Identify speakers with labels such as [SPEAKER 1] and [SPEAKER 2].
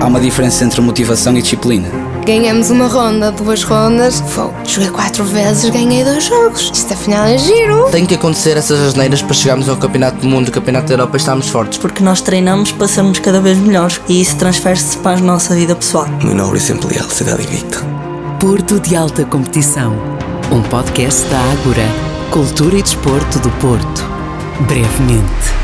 [SPEAKER 1] Há uma diferença entre motivação e disciplina.
[SPEAKER 2] Ganhamos uma ronda, duas rondas. Vou. Joguei quatro vezes, ganhei dois jogos. Isto afinal é giro.
[SPEAKER 3] Tem que acontecer essas asneiras para chegarmos ao Campeonato do Mundo, Campeonato da Europa e estarmos fortes.
[SPEAKER 4] Porque nós treinamos para sermos cada vez melhores e isso transfere-se para a nossa vida pessoal.
[SPEAKER 5] Meu nobre e sempre leal, cidade invicta.
[SPEAKER 6] Porto de Alta Competição. Um podcast da Ágora. Cultura e desporto do Porto. Brevemente.